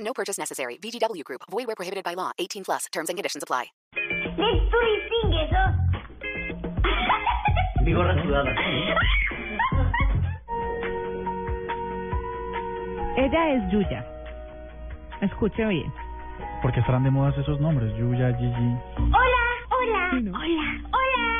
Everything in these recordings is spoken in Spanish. No purchase necessary. VGW Group. Void where prohibited by law. 18 plus. Terms and conditions apply. Lectura y sigue, ¿no? Digo rasurada. Ella es Yuya. Escuche bien. Porque estarán de moda esos nombres, Yuya, Gigi. Hola, hola, hola, hola.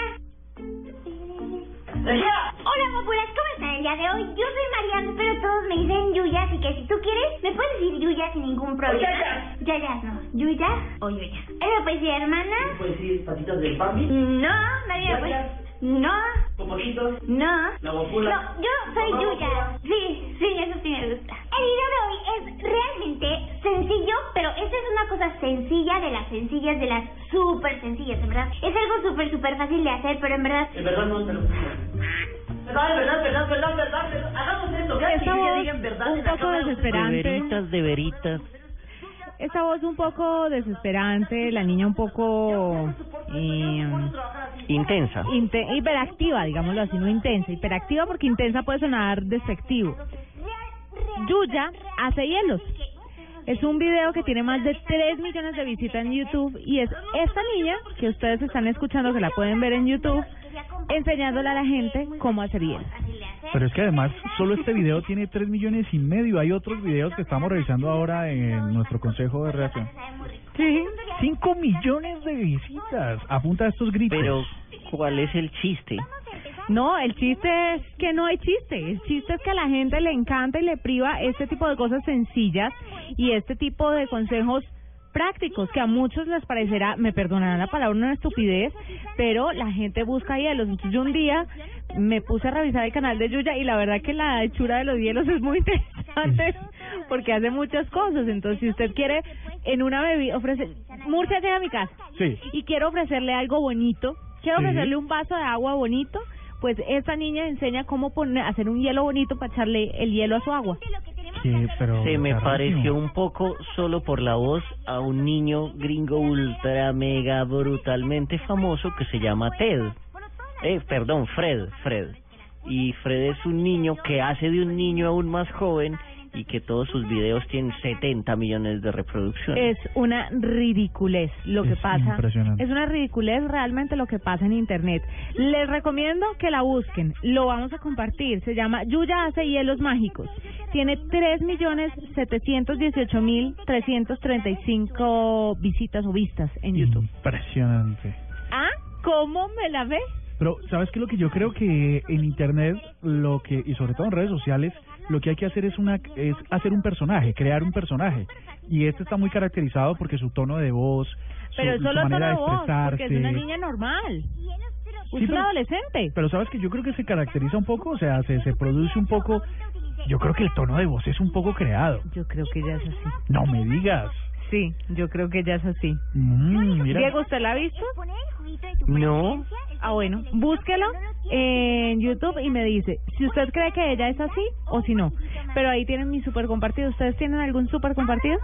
Hola, populas, ¿cómo están el día de hoy? Yo soy Mariana, pero todos me dicen Yuya, así que si tú quieres, me puedes decir Yuya sin ningún problema. Yaya. no. Yuya o Yuya. ¿Él me puede decir hermana? Puedes decir patitas del Bambi, No, nadie me puede. Yaya. No, popotitos, no. la No, bofula. yo soy Yuya. Sí, sí, eso sí me gusta. El video de hoy es realmente sencillo, pero esta es una cosa sencilla de las sencillas, de las súper sencillas, en verdad. Es algo súper, súper fácil de hacer, pero en verdad... En verdad no, pero... Verdad, verdad, verdad, verdad, verdad, verdad. Hagamos esto, que alguien que Esa voz diga en verdad un en la poco cámara. desesperante. de veritas. Esa voz un poco desesperante, la niña un poco eh, Intensa. inte- hiperactiva, digámoslo así, no intensa. Hiperactiva porque intensa puede sonar despectivo. Yuya hace hielos. Es un video que tiene más de 3 millones de visitas en YouTube y es esta niña que ustedes están escuchando, que la pueden ver en YouTube, enseñándole a la gente cómo hacer hielos. Pero es que además, solo este video tiene 3 millones y medio. Hay otros videos que estamos revisando ahora en nuestro consejo de reacción. Sí. 5 millones de visitas. Apunta a estos gritos. Pero, ¿cuál es el chiste? No, el chiste es que no hay chiste. El chiste es que a la gente le encanta y le priva este tipo de cosas sencillas y este tipo de consejos prácticos que a muchos les parecerá, me perdonarán la palabra, una estupidez, pero la gente busca hielos. Entonces yo un día me puse a revisar el canal de Yuya y la verdad que la hechura de los hielos es muy interesante porque hace muchas cosas. Entonces si usted quiere en una bebida, ofrece, Murcia llega a mi casa Sí. y quiero ofrecerle algo bonito, quiero Sí. ofrecerle un vaso de agua bonito, pues esta niña enseña cómo poner, hacer un hielo bonito para echarle el hielo a su agua. Sí, pero Se me rarísimo. pareció un poco, solo por la voz, a un niño gringo ultra mega brutalmente famoso que se llama Ted. Eh, perdón, Fred, Fred. Y Fred es un niño que hace de un niño aún más joven y que todos sus videos tienen 70 millones de reproducciones. Es una ridiculez lo que Es pasa. impresionante. Es una ridiculez realmente lo que pasa en internet. Les recomiendo que la busquen. Lo vamos a compartir. Se llama Yuya hace hielos mágicos. Tiene 3.718.335 visitas o vistas en YouTube. Impresionante. Ah, ¿cómo me la ve? Pero, ¿sabes qué? Lo que yo creo que en Internet, lo que y sobre todo en redes sociales, lo que hay que hacer es, una, es hacer un personaje, crear un personaje. Y este está muy caracterizado porque su tono de voz, su, Pero su solo es manera tono de de voz, expresarse... porque es una niña normal. Sí, es pero- una adolescente. Pero sabes que yo creo que se caracteriza un poco, o sea, se, se produce un poco... Yo creo que el tono de voz es un poco creado. Yo creo que ya es así. No me digas. Sí, yo creo que ya es así. Mm, mira. Diego, ¿usted la ha visto? No, Ah, bueno, búsquelo en YouTube y me dice si usted cree que ella es así o si no. Pero ahí tienen mi super compartido. ¿Ustedes tienen algún super compartido?